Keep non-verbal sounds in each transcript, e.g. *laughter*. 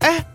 哎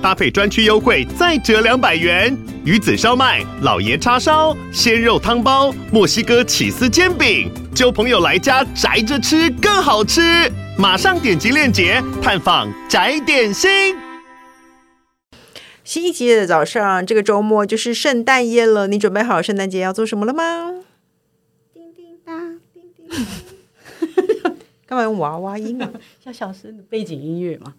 搭配专区优惠再折两百元。鱼子烧麦、老爷叉烧、鲜肉汤包、墨西哥起司煎饼，就朋友来家宅着吃更好吃。马上点击链接探访宅点心。新一集的早上，这个周末就是圣诞夜了，你准备好圣诞节要做什么了吗？叮叮当，叮叮当， *laughs* 干嘛用娃娃音啊？像小时的背景音乐嘛。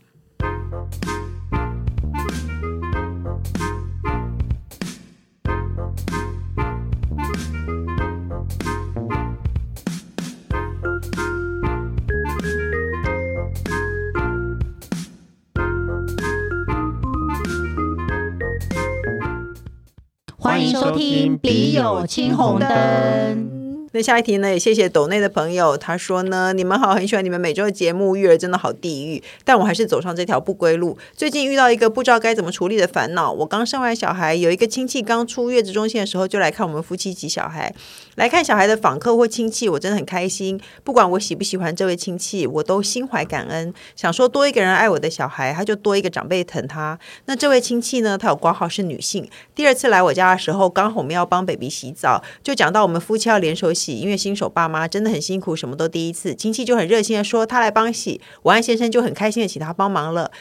欢迎收听《笔友青红灯》。那下一题呢？也谢谢抖内的朋友，他说呢，你们好，很喜欢你们每周的节目，育儿真的好地狱，但我还是走上这条不归路。最近遇到一个不知道该怎么处理的烦恼，我刚生完小孩，有一个亲戚刚出月子中心的时候就来看我们夫妻及小孩，来看小孩的访客或亲戚，我真的很开心。不管我喜不喜欢这位亲戚，我都心怀感恩，想说多一个人爱我的小孩，他就多一个长辈疼他。那这位亲戚呢，他有挂号是女性，第二次来我家的时候，刚好我们要帮 baby 洗澡，就讲到我们夫妻要联手洗，因为新手爸妈真的很辛苦，什么都第一次。亲戚就很热心的说他来帮洗，我和先生就很开心的请他帮忙了。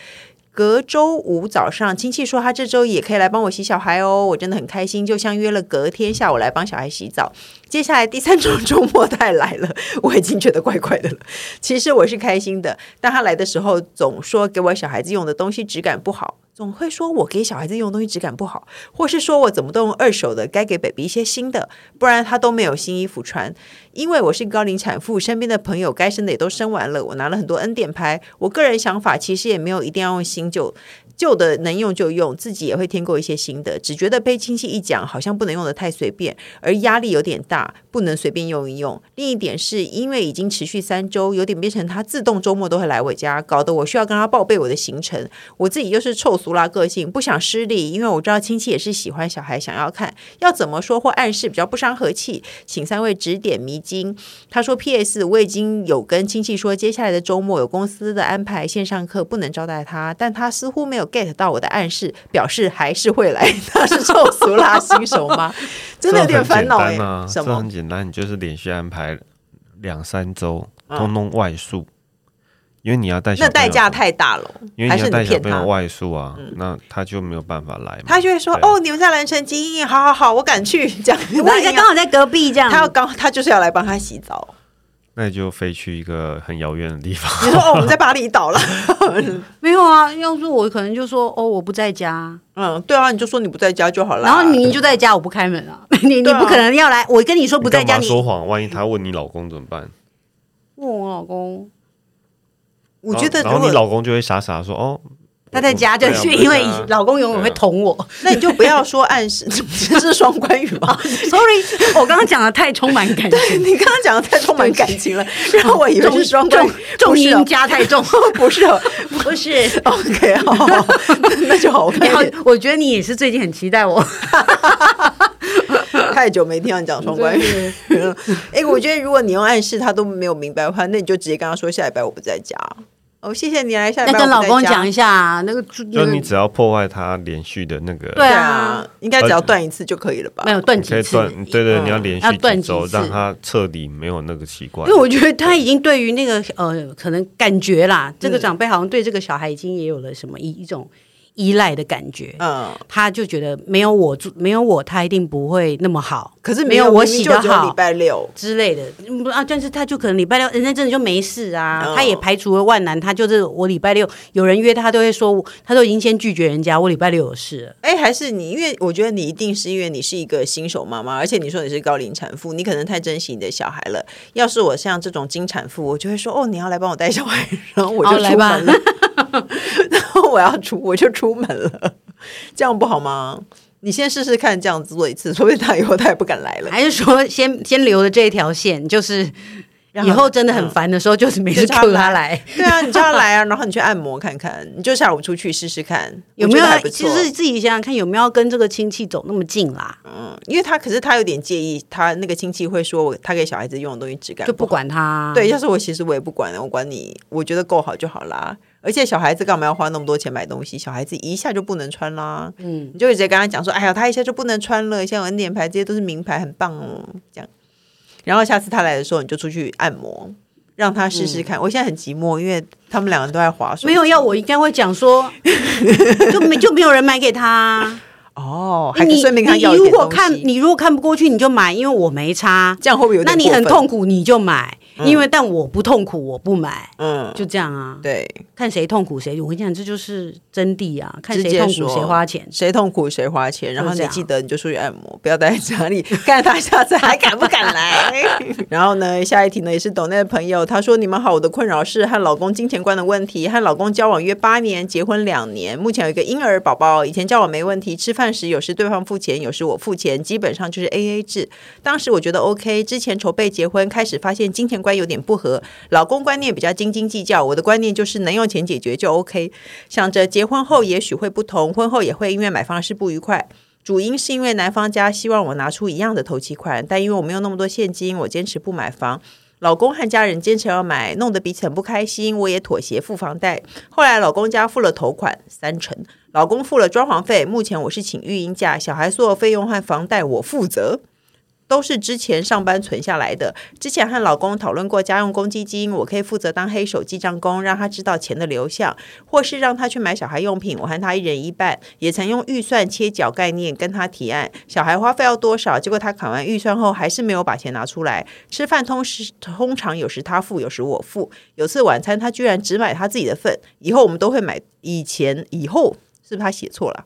隔周五早上，亲戚说他这周也可以来帮我洗小孩哦，我真的很开心，就相约了隔天下午来帮小孩洗澡。接下来第三周周末他也来了，我已经觉得怪怪的了。其实我是开心的，但他来的时候总说给我小孩子用的东西质感不好，总会说我给小孩子用的东西质感不好，或是说我怎么都用二手的，该给 baby 一些新的，不然他都没有新衣服穿。因为我是高龄产妇，身边的朋友该生的也都生完了，我拿了很多恩典牌。我个人想法其实也没有一定要用新旧，旧的能用就用，自己也会添购一些新的。只觉得被亲戚一讲，好像不能用的太随便，而压力有点大，不能随便用一用。另一点是因为已经持续三周，有点变成他自动周末都会来我家，搞得我需要跟他报备我的行程。我自己又是臭俗辣个性，不想失礼，因为我知道亲戚也是喜欢小孩，想要看要怎么说或暗示比较不伤和气，请三位指点迷津。他说：“P.S. 我已经有跟亲戚说，接下来的周末有公司的安排线上课，不能招待他，但他似乎没有 get 到我的暗示，表示还是会来。 *laughs* 他是臭俗辣新手吗？真的有点烦恼哎、这很简单啊什这么很？简单，你就是连续安排两三周，通通外宿，因为你要带嗯小那朋代友啊价，太大了，因为还你要是带你小骗朋友他？嗯外宿啊，那他就没有办法来嘛。他就会说：对啊哦，你们在蓝城基因，好好好，我敢去。 *laughs* 这样，我也在刚好在隔壁这样，他要刚，他就是要来帮他洗澡。”那你就飞去一个很遥远的地方。 *laughs* 你说哦，我们在巴厘岛了。没有啊？要是我可能就说哦，我不在家，嗯，对啊，你就说你不在家就好了。然后你你就在家，我不开门啊， *laughs* 你你对啊不可能要来，我跟你说不在家，你干嘛你说谎，万一他问你老公怎么办？问我老公我觉得如然后然后果你老公就会傻傻说哦，他在家，对就啊是我在因为家老公永远会捅我。那你就不要说暗示， *laughs* 这是双关语 *laughs* 吗？ Sorry，我刚刚讲的太充满感情，哦你刚刚讲的太充满感情了，然后我以为是双关语重，重不是哦音加太重， *laughs* 不是哦不是。 ，OK，好好， *laughs* 好那就好你好，OK。，我觉得你也是最近很期待我。太久没听到你讲双关语 *laughs* 了。哎，我觉得如果你用暗示他都没有明白的话，那你就直接跟他说下礼拜我不在家。哦，谢谢你来下礼那拜。跟老公讲一，下啊，那个就就是你只要破坏他连续的那个，对对啊啊，，应该只呃要断一次就可以了吧？没有断你可几以次，断，对对，嗯你要连要续断几几周，次让他彻底没有那个习惯因为。我觉得他已经对于那个呃，可能感觉嗯啦，这个长辈好像对这个小孩已经也有了什么一一种依赖的感觉。嗯，他就觉得没有我做，没有我，他一定不会那么好。可是没有我明明洗就的只有礼好拜六，之类的嗯不啊，但是他就可能礼拜六人哎家真的就没事啊，嗯他也排除了万难，他就是我礼拜六有人约他，他都会说，他都已经先拒绝人家，我礼拜六有事了。哎，还是你，因为我觉得你一定是因为你是一个新手妈妈，而且你说你是高龄产妇，你可能太珍惜你的小孩了。要是我像这种金产妇，我就会说哦，你要来帮我带小孩， *laughs* 然后我就哦来出吧门了， *laughs* 然后我要出我就出门了，这样不好吗？你先试试看，哎这样子做一次，说不定他以后他也不敢来了。还是说先先留的这一条线，就是让以他后真的很嗯烦的时候，就是每次就叫 Q 他他来，对啊，你叫他来啊，然后你去按摩看看，你就下午出去试试看，有我觉没有啊得还？不其错。实自己想想看，有没有跟这个亲戚走那么近啦？嗯，因为他可是他有点介意，他那个亲戚会说我他给小孩子用的东西质感就不不好。管他。啊对，要是我其实我也不管了，我管你，我觉得够好就好啦。而且小孩子干嘛要花那么多钱买东西？小孩子一下就不能穿啦，嗯，你就直接跟他讲说，哎呀，他一下就不能穿了，像有 N 点牌这些都是名牌，很棒哦，这样。然后下次他来的时候，你就出去按摩，让他试试看。我现在很寂寞，因为他们两个人都在滑手机。嗯没有要我应该会 *laughs* 讲说，就没就没有人买给他。啊哦，还可以你顺便跟他你要一如点果东西。看你如果看不过去，你就买，因为我没差。这样会不会有点那你很过分痛？苦你就买，因为但我不痛苦我不买，嗯，就这样啊。对，看谁痛苦谁，我跟你讲，这就是真谛啊！看直谁接痛苦说谁花钱。谁痛苦谁花钱。然后这你样记得你就出去按摩，不要待在家里，看他下次还敢不敢来。 *laughs* 然后呢，下一题呢也是抖内的朋友，他说：“你们好，我的困扰是和老公金钱观的问题，和老公交往约八年，结婚两年，目前有一个婴儿宝宝，以前交往没问题，吃饭时有时对方付钱，有时我付钱，基本上就是 A A 制。当时我觉得 OK，之前筹备结婚，开始发现金钱观有点不合，老公观念比较斤斤计较，我的观念就是能用钱解决就 OK。想着结婚后也许会不同，婚后也会因为买房事不愉快。主因是因为男方家希望我拿出一样的头期款，但因为我没有那么多现金，我坚持不买房。老公和家人坚持要买，弄得彼此很不开心，我也妥协付房贷。后来老公家付了头款三成，老公付了装潢费，目前我是请育婴假，小孩所有费用和房贷我负责。都是之前上班存下来的。之前和老公讨论过家用公积金，我可以负责当黑手记账工，让他知道钱的流向，或是让他去买小孩用品，我和他一人一半。也曾用预算切角概念跟他提案，小孩花费要多少，结果他砍完预算后还是没有把钱拿出来。吃饭通时通常有时他付，有时我付。有次晚餐他居然只买他自己的份，以后我们都会买。以前以后是不是他写错了？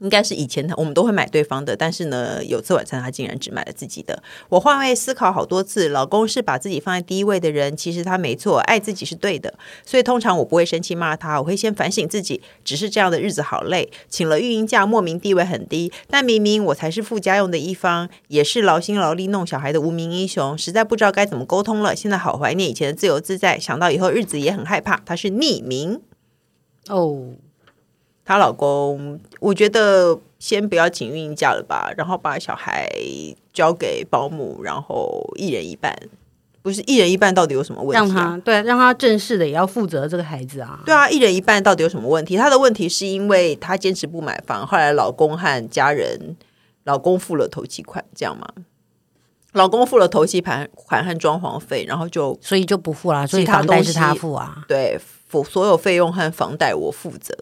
应该是以前他我们都会买对方的，但是呢，有次晚餐他竟然只买了自己的。我换位思考好多次，老公是把自己放在第一位的人，其实他没错，爱自己是对的。所以通常我不会生气骂他，我会先反省自己，只是这样的日子好累。请了育婴假，莫名地位很低，但明明我才是付家用的一方，也是劳心劳力弄小孩的无名英雄，实在不知道该怎么沟通了。现在好怀念以前的自由自在，想到以后日子也很害怕。他是匿名，哦，她老公，我觉得先不要请孕婴假了吧，然后把小孩交给保姆，然后一人一半，不是一人一半到底有什么问让题、啊？他对，让他正式的也要负责这个孩子啊。对啊，一人一半到底有什么问题？她的问题是因为她坚持不买房，后来老公和家人，老公付了头期款，这样吗？老公付了头期款款和装潢费，然后就所以就不付啦，所以其他房贷东西是他付啊。对付所有费用和房贷我负责。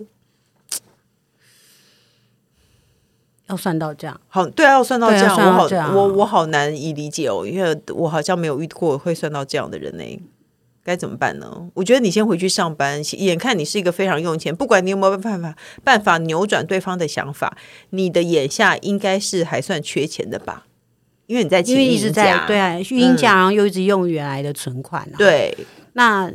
要算到这样，好，对啊，要算到这对啊样，算我到好，这样我我好难以理解哦，因为我好像没有遇过会算到这样的人呢、该怎么办呢？我觉得你先回去上班，眼看你是一个非常用钱，不管你有没有办法办法扭转对方的想法，你的眼下应该是还算缺钱的吧？因为你在请因为一孕直假在对啊，育婴假，然后又一直用原来的存款啊。，嗯对那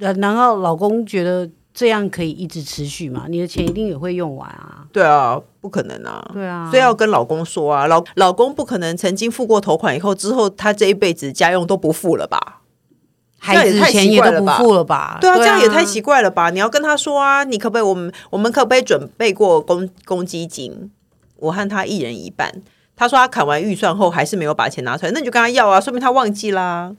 呃然后老公觉得这样可以一直持续嘛？你的钱一定也会用完啊。对啊，不可能啊，对啊，所以要跟老公说啊，老老公不可能曾经付过头款以后，之后他这一辈子家用都不付了吧？孩子钱也都不付了吧？对啊，这样也太奇怪了吧？你要跟他说啊，你可不可以我们我们可不可以准备过公公积金？我和他一人一半。他说他砍完预算后还是没有把钱拿出来，那你就跟他要啊，说明他忘记啦。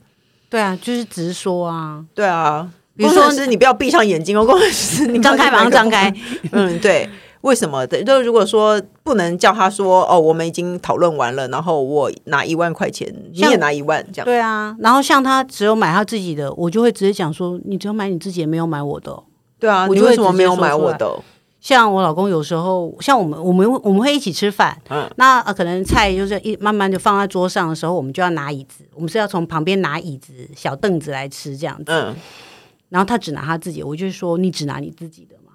对啊，就是直说啊。对啊，比如说工程师你不要闭上眼睛哦，工程师你张开，马上马上张开。。 *laughs* 嗯，对，为什么的？就如果说不能叫他说哦，我们已经讨论完了，然后我拿一万块钱，你像也拿一万这样。对啊，然后像他只有买他自己的，我就会直接讲说，你只有买你自己的，没有买我的哦、对啊，我你就会为什么直接没有说买出我来的？像我老公有时候，像我们我们我们会一起吃饭，嗯那、呃、可能菜就是一慢慢就放在桌上的时候，我们就要拿椅子，我们是要从旁边拿椅子、小凳子来吃这样子。嗯，然后他只拿他自己，我就说你只拿你自己的嘛，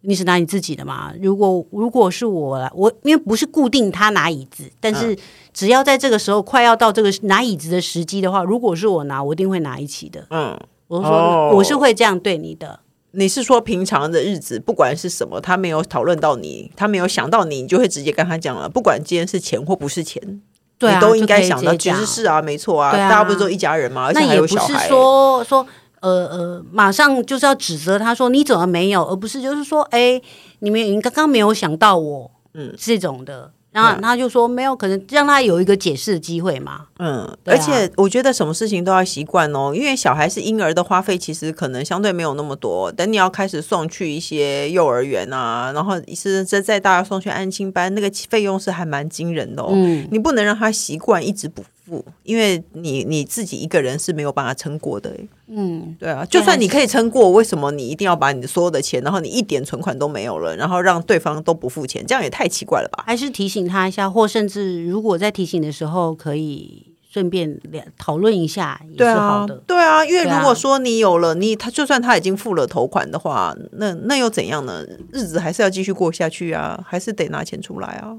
你只拿你自己的嘛。如果如果是我来，我因为不是固定他拿椅子，但嗯是只要在这个时候快要到这个拿椅子的时机的话，如果是我拿，我一定会拿一起的。嗯。我哦就说我是会这样对你的，你是说平常的日子，不管是什么，他没有讨论到你，他没有想到你，你就会直接跟他讲了，不管今天是钱或不是钱。对啊你都应该想到，就可以直接其讲实是啊，没错啊，对啊大家不是都一家人嘛，而且那还也有不小是孩。说说呃呃，马上就是要指责他说你怎么没有，而不是就是说哎，你们你刚刚没有想到我，嗯这种的。然后嗯他就说没有，可能让他有一个解释的机会嘛。嗯，对而啊且我觉得什么事情都要习惯哦，因为小孩是婴儿的花费其实可能相对没有那么多。等你要开始送去一些幼儿园啊，然后是再再大家送去安亲班，那个费用是还蛮惊人的哦。嗯，你不能让他习惯一直不付，因为你你自己一个人是没有办法撑过的欸。嗯，对啊，就算你可以撑过，为什么你一定要把你的所有的钱，然后你一点存款都没有了，然后让对方都不付钱，这样也太奇怪了吧？还是提醒他一下，或甚至如果在提醒的时候，可以顺便聊讨论一下，也对是啊好的。，对啊，因为对啊如果说你有了，你他就算他已经付了头款的话，那那又怎样呢？日子还是要继续过下去啊，还是得拿钱出来啊，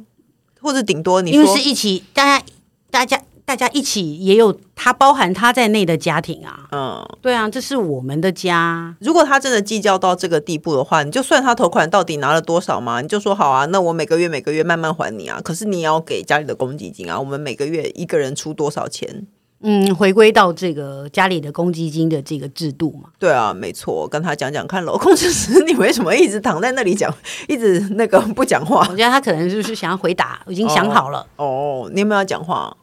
或者顶多你因为说是一起，大家大家大家一起也有他包含他在内的家庭啊。嗯。对啊，这是我们的家。如果他真的计较到这个地步的话，你就算他头款到底拿了多少嘛，你就说好啊，那我每个月每个月慢慢还你啊。可是你也要给家里的公积金啊，我们每个月一个人出多少钱？嗯，回归到这个家里的公积金的这个制度嘛。对啊，没错，我跟他讲讲 *laughs* 看喽。控制师，你为什么一直躺在那里讲，一直那个不讲话我？觉得他可能就是想要回答，已经想好了。哦，你有没有要讲话？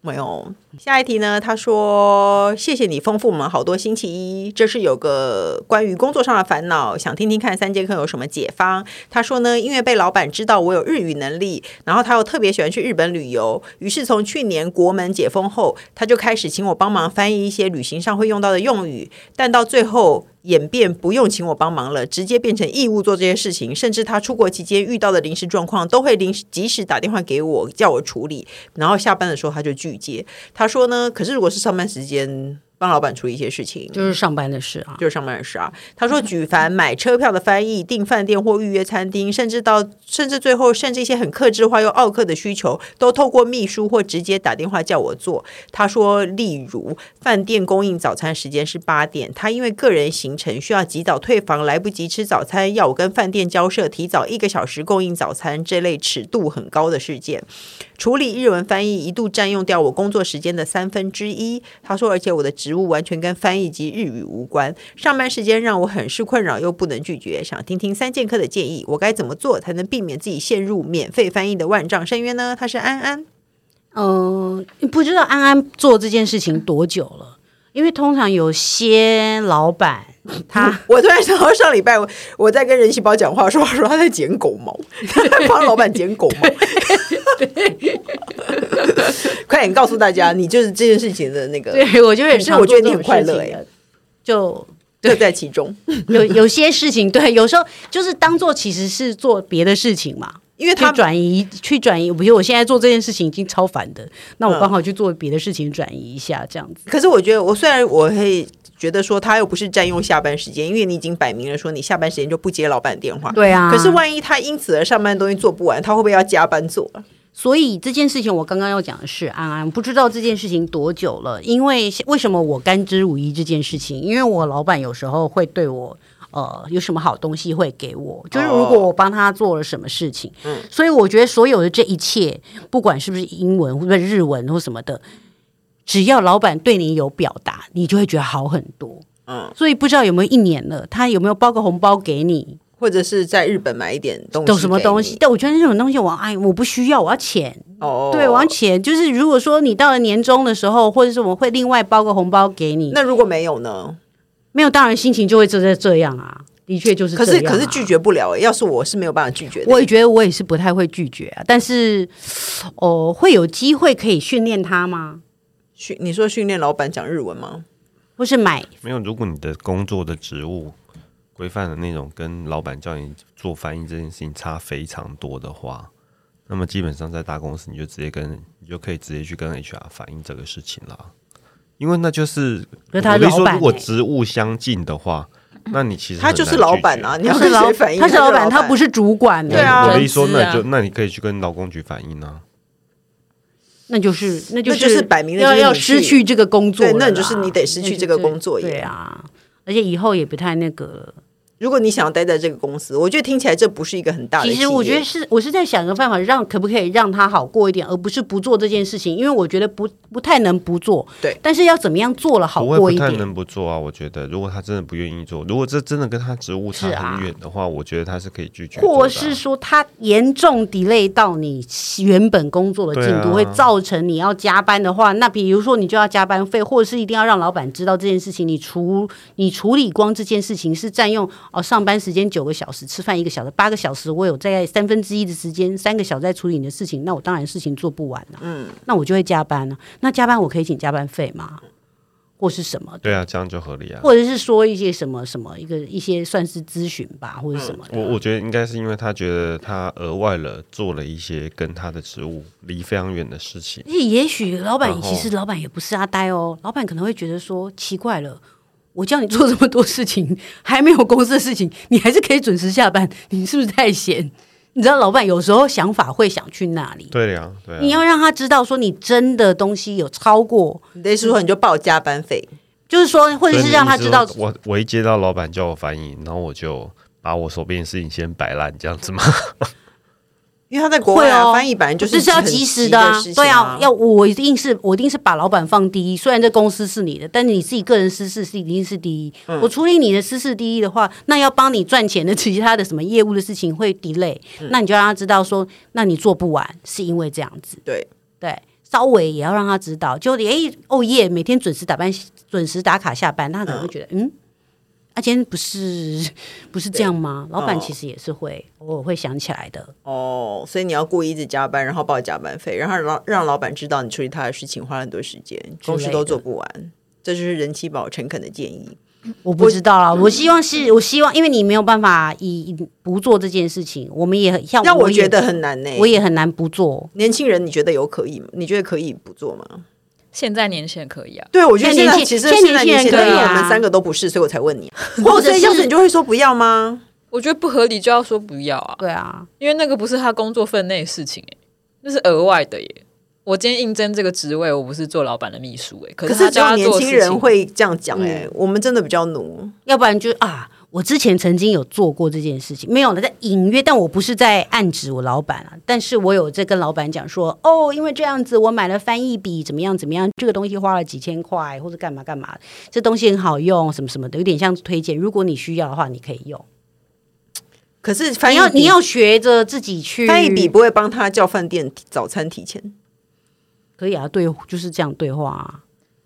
没有。下一题呢？他说：“谢谢你丰富我们好多星期一，这是有个关于工作上的烦恼，想听听看三节课有什么解方。”他说呢，因为被老板知道我有日语能力，然后他又特别喜欢去日本旅游，于是从去年国门解封后，他就开始请我帮忙翻译一些旅行上会用到的用语，但到最后演变不用请我帮忙了，直接变成义务做这些事情，甚至他出国期间遇到的临时状况都会临时及时打电话给我叫我处理，然后下班的时候他就拒接。他说呢，可是如果是上班时间帮老板处理一些事情，就是上班的事啊，就是上班的事啊。他说，举凡买车票的翻译、订饭店或预约餐厅，甚至到甚至最后，甚至一些很克制化又奥克的需求，都透过秘书或直接打电话叫我做。他说，例如饭店供应早餐时间是八点，他因为个人行程需要及早退房，来不及吃早餐，要我跟饭店交涉，提早一个小时供应早餐这类尺度很高的事件。处理日文翻译一度占用掉我工作时间的三分之一。他说，而且我的职务完全跟翻译及日语无关，上班时间让我很是困扰，又不能拒绝。想听听三剑客的建议，我该怎么做才能避免自己陷入免费翻译的万丈深渊呢？他是安安，嗯、你不知道安安做这件事情多久了，因为通常有些老板 *laughs* 他我突然想到上礼拜我我在跟任细胞讲话的时候，说说他在剪狗毛， *laughs* 他在帮老板剪狗毛。 *laughs* 快点告诉大家，你就是这件事情的那个对我觉得很可是常我觉得做你这很种快事乐欸情的就乐在其中。有有些事情，对，有时候就是当做其实是做别的事情嘛，因为去他转移，去转移。比如我现在做这件事情已经超烦的，那我刚好去做别的事情转移一下，这样子。可是我觉得，我虽然我会觉得说他又不是占用下班时间，因为你已经摆明了说你下班时间就不接老板电话。、对啊，可是万一他因此而上班的东西做不完，他会不会要加班做啊？所以这件事情我刚刚要讲的是安安，不知道这件事情多久了，因为为什么我甘之如饴这件事情？因为我老板有时候会对我。呃，有什么好东西会给我？就是如果我帮他做了什么事情，所以我觉得所有的这一切，不管是不是英文或者日文或什么的，只要老板对你有表达，你就会觉得好很多。嗯，所以不知道有没有一年了，他有没有包个红包给你，或者是在日本买一点东西？懂什么东西？？但我觉得那种东西我哎，我不需要，我要钱。哦，对，往前就是，如果说你到了年终的时候，或者是我们会另外包个红包给你，那如果没有呢？没有，当然心情就会就在这样啊，的确就是可这是样啊、可是拒绝不了、欸，要是我是没有办法拒绝的。我也觉得我也是不太会拒绝啊，但是哦，会有机会可以训练他吗？训你说训练老板讲日文吗？或是买没有，如果你的工作的职务规范的那种跟老板叫你做翻译这件事情差非常多的话，那么基本上在大公司你就直接跟你就可以直接去跟 HR 反映这个事情啦。因为那就是，可是他我是的老意思说，板如果欸职务相近的话，那你其实他很就是难老拒板绝啊，你要他是跟老谁反映？他是老板，板，他不是。是主管欸，对啊我的意思说，人资啊那就那你可以去跟劳工局反映啊。那就是那就那就是摆明了就要是要你失去去这个工作了对啦，那你就是你得失去这个工作对耶啊，而且以后也不太那个了。如果你想要待在这个公司，我觉得听起来这不是一个很大的企其业。实我觉得是，我是在想个办法让，可不可以让他好过一点，而不是不做这件事情，因为我觉得不不太能不做。对但是要怎么样做了好不会过不一太点？能不做啊。我觉得，如果他真的不愿意做，如果这真的跟他职务差是啊很远的话，我觉得他是可以拒绝做的啊、或是说，他严重 delay 到你原本工作的进度，对会啊造成你要加班的话，那比如说你就要加班费，或者是一定要让老板知道这件事情。你处你处理光这件事情是占用哦上班时间九个小时，吃饭一个小时，八个小时，我有在三分之一的时间三个小时在处理你的事情，那我当然事情做不完了、嗯，那我就会加班了、啊那加班我可以请加班费吗？或是什么的？对啊，这样就合理啊。或者是说一些什么什么一个一些算是咨询吧，或者什么的。我我觉得应该是因为他觉得他额外了做了一些跟他的职务离非常远的事情。而且也许老板然后其实老板也不是阿呆哦，老板可能会觉得说奇怪了。我叫你做这么多事情，还没有公司的事情，你还是可以准时下班，你是不是太闲？你知道，老板有时候想法会想去那里，对呀、啊，对啊。你要让他知道说你真的东西有超过，你的意思是说你就报加班费，就是说，或者所以是你让意他思知道说我我一接到老板叫我翻译，然后我就把我手边的事情先摆烂，这样子吗？ *laughs* 因为他在国会外、啊哦，翻译本来就是这是要很及急时的啊事情对啊啊，，要我一定是我一定是把老板放第一，虽然这公司是你的，但你自己个人私事是一定是第一。嗯我处理你的私事第一的话，那要帮你赚钱的 *laughs* 其他的什么业务的事情会 delay，、那你嗯就让他知道说，那你做不完是因为这样子，对对。稍微也要让他知道，就诶哦耶，每天准时打扮、准时打卡下班，那他可能会觉得嗯，啊今天不是不是这样吗？老板哦其实也是会偶尔会想起来的，哦，所以你要故意一直加班，然后报加班费，然后让让老板知道你处理他的事情花了很多时间，公之司类都的做不完。这就是人气宝诚恳的建议。我不知道啦，我希望是，我希望，因为你没有办法以以不做这件事情，我们也很像，那我我也觉得很难呢、欸我也很难不做。年轻人，你觉得有可以吗？你觉得可以不做吗？现在年轻人可以啊，对，我觉得现现在在年轻其实现在现在年轻人轻人可以啊我们三个都不是，所以我才问你。 *laughs* 或或者者是要是你就会说不要吗？我觉得不合理就要说不要啊，对啊，因为那个不是他工作分内的事情、欸，那是额外的耶。我今天应征这个职位，我不是做老板的秘书、欸，可可是他是只叫有他年做的轻事人情，会这样嗯讲哎、我们真的比较奴。要不然就啊，我之前曾经有做过这件事情，没有了，在隐约，但我不是在暗指我老板啊，但是我有在跟老板讲说，哦，因为这样子我买了翻译笔，怎么样怎么样，这个东西花了几千块，或者干嘛干嘛，这东西很好用，什么什么的，有点像推荐，如果你需要的话，你可以用。可是翻你译要笔你要学着自己去翻译笔不会帮他叫饭店早餐提前。可以啊，对，就是这样对话啊。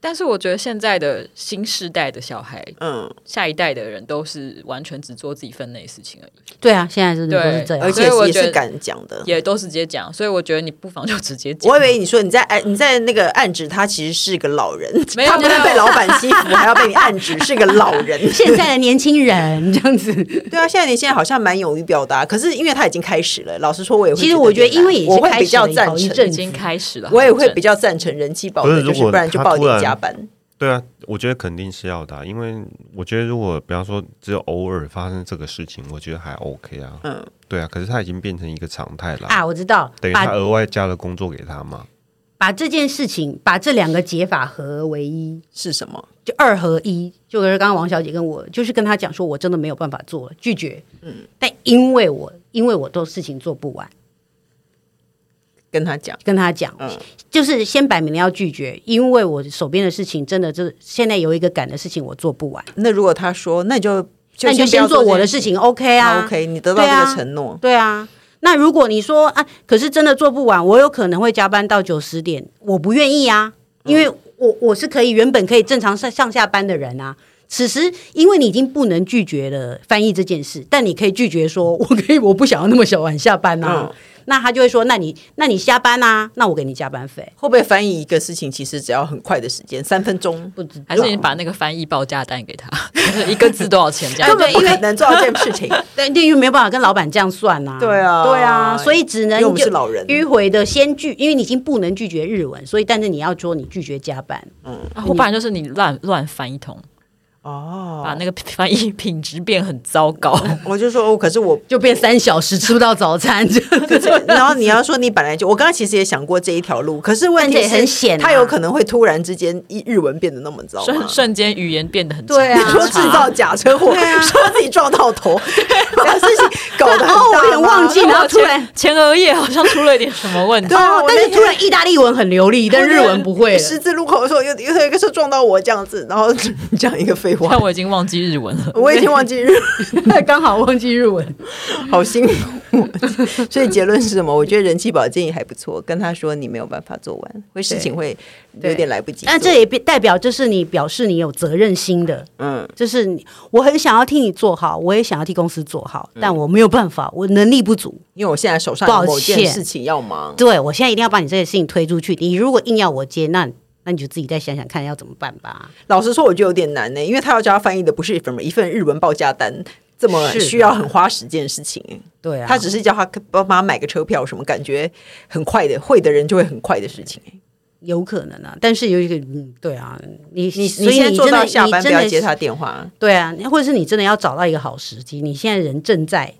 但是我觉得现在的新世代的小孩，嗯，下一代的人都是完全只做自己分内的事情而已，对啊，现在真的都是对这而样。所且以我也觉是得敢讲的。也都是直接讲，所以我觉得你不妨就直接讲。我以为你说你在暗你在那个暗指他其实是个老人，没有他不没是有被老板欺负，还要被你暗指是个老人。 *laughs* 现在的年轻人这样子， *laughs* 对啊，现在你现在好像蛮勇于表达，可是因为他已经开始了。老实说，我也会其实得我觉得有点因为难也我是会开比始较了以后赞一成，已阵子经，开始了，我也会很比较赞成人气宝不的，是就如是果不然就他报突点然加班。对啊，我觉得肯定是要的啊、因为我觉得如果比方说只有偶尔发生这个事情，我觉得还 OK 啊。嗯，对啊，可是他已经变成一个常态了啊、啊，我知道，等于他把额外加了工作给他嘛。把这件事情，把这两个解法合而为一，是什么？就二合一，就是刚刚王小姐跟我，就是跟她讲说，我真的没有办法做了，拒绝。嗯，但因为我因为我都事情做不完，跟他讲，跟她讲，嗯就是先摆明了要拒绝，因为我手边的事情真的就是现在有一个赶的事情我做不完，那如果他说，那你就就那你就不要先做我的这事件情，OK 好啊 OK，你得到对啊这个承诺，对啊，那如果你说啊，可是真的做不完，我有可能会加班到九十点，我不愿意啊，因为我我是可以原本可以正常上上下班的人啊。此时，因为你已经不能拒绝了翻译这件事，但你可以拒绝说，我可以我不想要那么小晚下班啊。嗯那他就会说，那你那你下班啊，那我给你加班费。会不会翻译一个事情，其实只要很快的时间，三分钟，不知道还是你把那个翻译报价单给他， *laughs* 就是一个字多少钱这样根。本不可能做到这件事情。 *laughs* 但因为没有办法跟老板这样算呐、对啊对啊，所以只因能为我们就是老人迂回的先拒，因为你已经不能拒绝日文，所以但是你要说你拒绝加班，啊我本来就是你乱乱翻一通，哦，把那个翻译品质变很糟糕。我就说，哦，可是我 *laughs* 就变三小时吃不到早餐，这样子然后你要说你本来就，我刚刚其实也想过这一条路，可是问题但这也很险啊他有可能会突然之间一日文变得那么糟吗瞬？瞬间语言变得很对啊 *laughs* 你说制造假车祸，啊说自己撞到 *laughs* 头，把事情搞得很大哦我也忘记差了然然后后突然前前额叶好像出了一点什么问题对，啊哦我但那是天突然意大利文很流利，但日文不会了。十字路口的时候，有有有一个车撞到我这样子，然后讲一个废话但，我已经忘记日文 *laughs* 了。我已经忘记日，刚好忘记日 *laughs* 文， *laughs* 好辛苦。所以结论是什么？我觉得人气宝建议还不错，跟他说你没有办法做完，会事情会有点来不及做。但这也代表就是你表示你有责任心的，嗯，就是你我很想要替你做好，我也想要替公司做好，嗯但我没有办法，我能力不足。因为我现在手上抱有某件歉事情要忙，对我现在一定要把你这些事情推出去，你如果硬要我接，那那你就自己再想想看要怎么办吧。老实说，我觉得有点难呢、因为他要叫他翻译的不是什么一份日文报价单，这么是的需要很花时间的事情、对啊，他只是叫他帮忙买个车票，什么感觉很快的，会的人就会很快的事情、有可能啊，但是有一个嗯，对啊，你你所你以先你做真到的下班，不你真的要接他电话。对啊，或者是你真的要找到一个好时机，你现在人正在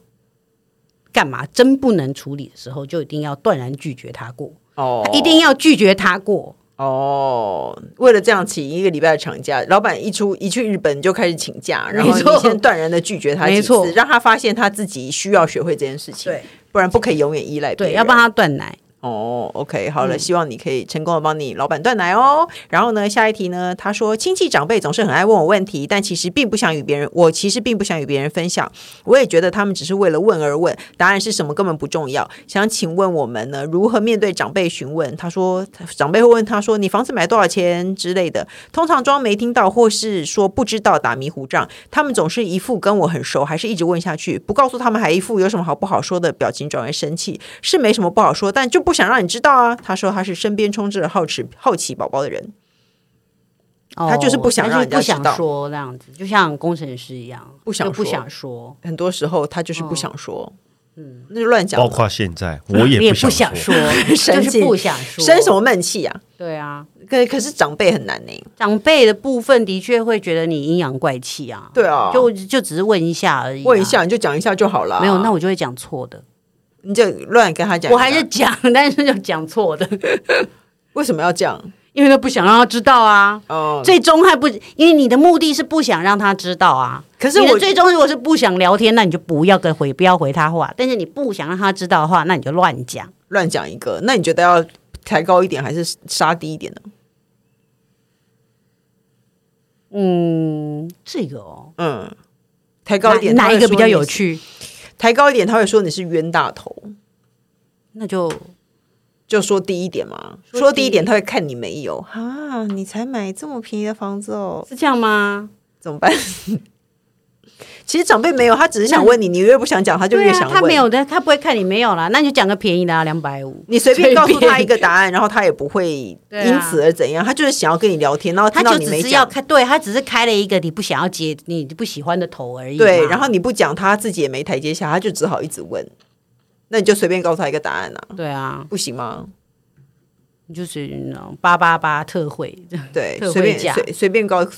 干嘛，真不能处理的时候，就一定要断然拒绝他过，哦，一定要拒绝他过。哦。为了这样请一个礼拜的长假，老板一出一去日本就开始请假，然后没你错先断然的拒绝他没几错次，让他发现他自己需要学会这件事情，对，不然不可以永远依赖别对，人。要帮他嗯断奶。哦，OK，好了，希望你可以成功的帮你老板断奶哦。然后呢，下一题呢，他说亲戚长辈总是很爱问我问题，但其实并不想与别人，我其实并不想与别人分享。我也觉得他们只是为了问而问，答案是什么根本不重要。想请问我们呢，如何面对长辈询问？他说长辈会问他说你房子买多少钱之类的，通常装没听到或是说不知道打迷糊仗。他们总是一副跟我很熟，还是一直问下去，不告诉他们还一副有什么好不好说的表情，转而生气，是没什么不好说，但就不想让你知道啊。他说他是身边充斥着好奇好奇宝宝的人，哦他就是不想让他人就是家不知道想说那样子，就像工程师一样，不想就不说想说，很多时候他就是不想说，嗯，那就乱讲哦包。括现在我你嗯也也不想想说， *laughs* 生就气是不想说。生什？么闷气啊？对啊，可可是长辈很难呢、长辈的部分的确会觉得你阴阳怪气啊，对啊，就就只是问一下而已啊、问一下你就讲一下就好了。没有，那我就会讲错的。你就乱跟他讲一下，我还是讲，但是就讲错的， *laughs* 为什么要这样？因为都不想让他知道啊。哦，最终还不，因为你的目的是不想让他知道啊。可是你的我最终如果是不想聊天，那你就不要跟回，不要回他话。但是你不想让他知道的话，那你就乱讲。乱讲一个，那你觉得要抬高一点还是杀低一点呢？嗯，这个哦，嗯，抬高哪一点，哪一他个会说比较你有是？趣？抬高一点，他会说你是冤大头，那就就说低一点嘛。说说低一低点，他会看你没有啊，你才买这么便宜的房子哦，是这样吗？怎么办？ *laughs* 其实长辈没有，他只是想问你，你越不想讲，他就对越啊，想问。他没有的，他不会看你没有啦。那你就讲个便宜的啊，两百五。你随便告诉他一个，个答案，然后他也不会因此而怎样，他就是想要跟你聊天，然后他听到就你只没是要讲，开，对他只是开了一个你不想要接、你不喜欢的头而已嘛。对，然后你不讲，他自己也没台阶下，他就只好一直问。那你就随便告诉他一个答案啊，对啊，不行吗？你就是那种八八八特惠，对，特随惠便价随随便告诉。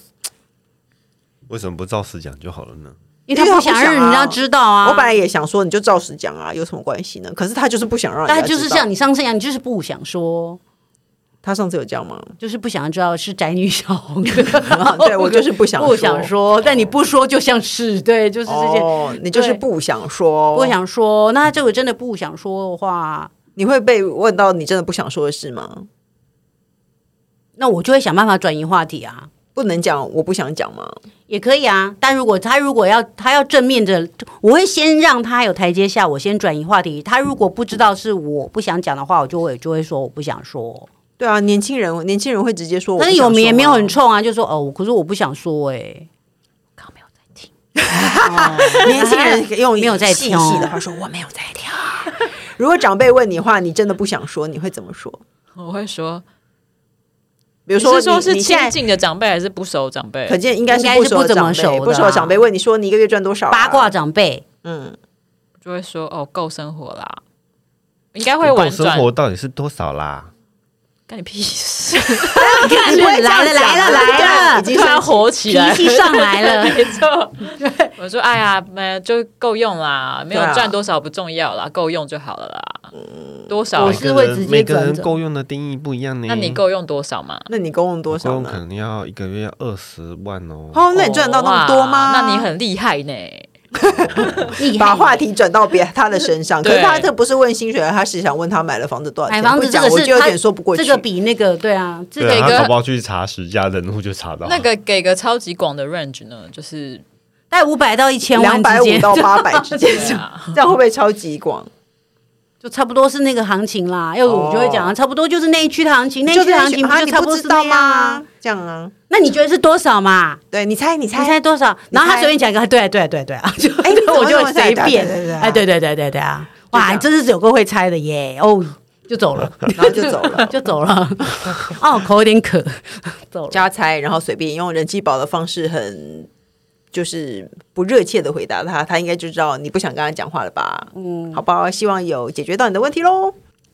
为什么不照实讲就好了呢？因为他不想让人家知道啊。我本来也想说，你就照实讲啊，有什么关系呢？可是他就是不想让人家但知他道。就是像你上次一样，你就是不想说，他上次有这样吗？就是不想知道是宅女小红 *laughs* 对我就是不想说不想说，但你不说就像是对，就是这些。哦，你就是对不想说，不，想说，那这个真的不想说的话，你会被问到你真的不想说的事吗？那我就会想办法转移话题啊。不能讲我不想讲吗？也可以啊，但如果他如果要他要正面的，我会先让他有台阶下，我先转移话题。他如果不知道是我不想讲的话，我就会就会说我不想说。对啊，年轻人，年轻人会直接说我不想但是说吗，有名也没有很冲啊，就说哦，可是我不想说哎、哦欸。年轻人用没有在细挑细的话说我没有在挑。 *laughs* 如果长辈问你话，你真的不想说，你会怎么说？我会说，比如你是说说是你现亲在近的长辈还是不熟长辈可？见应该是应该不是熟不的怎长么辈熟不的熟的啊长辈问你说你一个月赚多少啊？ *laughs* 八卦长辈，嗯，就会说哦，够生活啦，应该会我婉生转。活到底是多少啦？干你屁 *laughs* 事！你看，来了来了来了，已经突然火起来啊脾，气上来 *laughs* 了。没错。我说，哎呀，没就够用啦，没有对啊嗯赚多少不重要啦，够用就好了啦。多少我每是个会人直接每个转人走够用的定义不一样呢。那你够用多少嘛？那你公用多够少用可呢？能要一个月要二十万哦。哦，那你赚得到那么多吗？哇那你很厉害呢。厉害把话题转到别他的身上， *laughs* 可对是他这不是问薪水，他是想问他买了房子多少钱。买房不子这讲个我是就有他点说不过去。这个比那个对啊，这对个啊，给他个宝宝去查实价登录就查到了那个给个超级广的 range 呢，就是在五百到一千两万百之五间，到八 *laughs* 百之间，这样这样会不会超级广？就差不多是那个行情啦。要我就会讲啊，差不多就是那一区的行情，那哦一就区是的行情啊，就你差不多知是道那样啊吗？？这样啊，那你觉得是多少嘛？对你猜，你你猜猜，多少？然后他猜随便讲一个，对对对对啊，就哎你怎么我就那么随猜便对对对对，啊哎，对对对对对啊，这哇，样真是有个会猜的耶，哦，就走了， *laughs* 然 *laughs* 后就走了。就走了，哦，口有点渴，走了，加猜，然后随便用人机宝的方式很，就是不热切的回答他，他应该就知道你不想跟他讲话了吧？嗯，好吧，希望有解决到你的问题喽。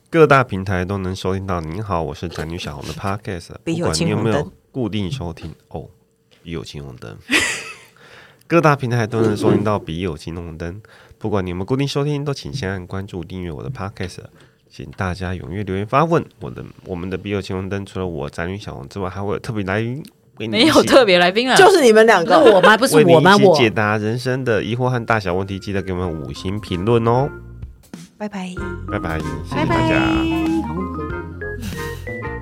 各大平台都能收听到。您好，我是宅女小红的 Podcast，笔不友管青你有红没有灯固定收听哦，笔友青红灯， *laughs* 各大平台都能收听到笔友青红灯。不管你有没有固定收听，都请先按关注、订阅我的 Podcast。请大家踊跃留言发问。我的我们的笔友青红灯，除了我宅女小红之外，还会有特别来宾为你没一有起特别来宾啊，就是你们两不是个，我吗？不是为你我吗？一起我解答人生的疑惑和大小问题，记得给我们五星评论哦。拜拜。拜拜，谢谢大家。好渴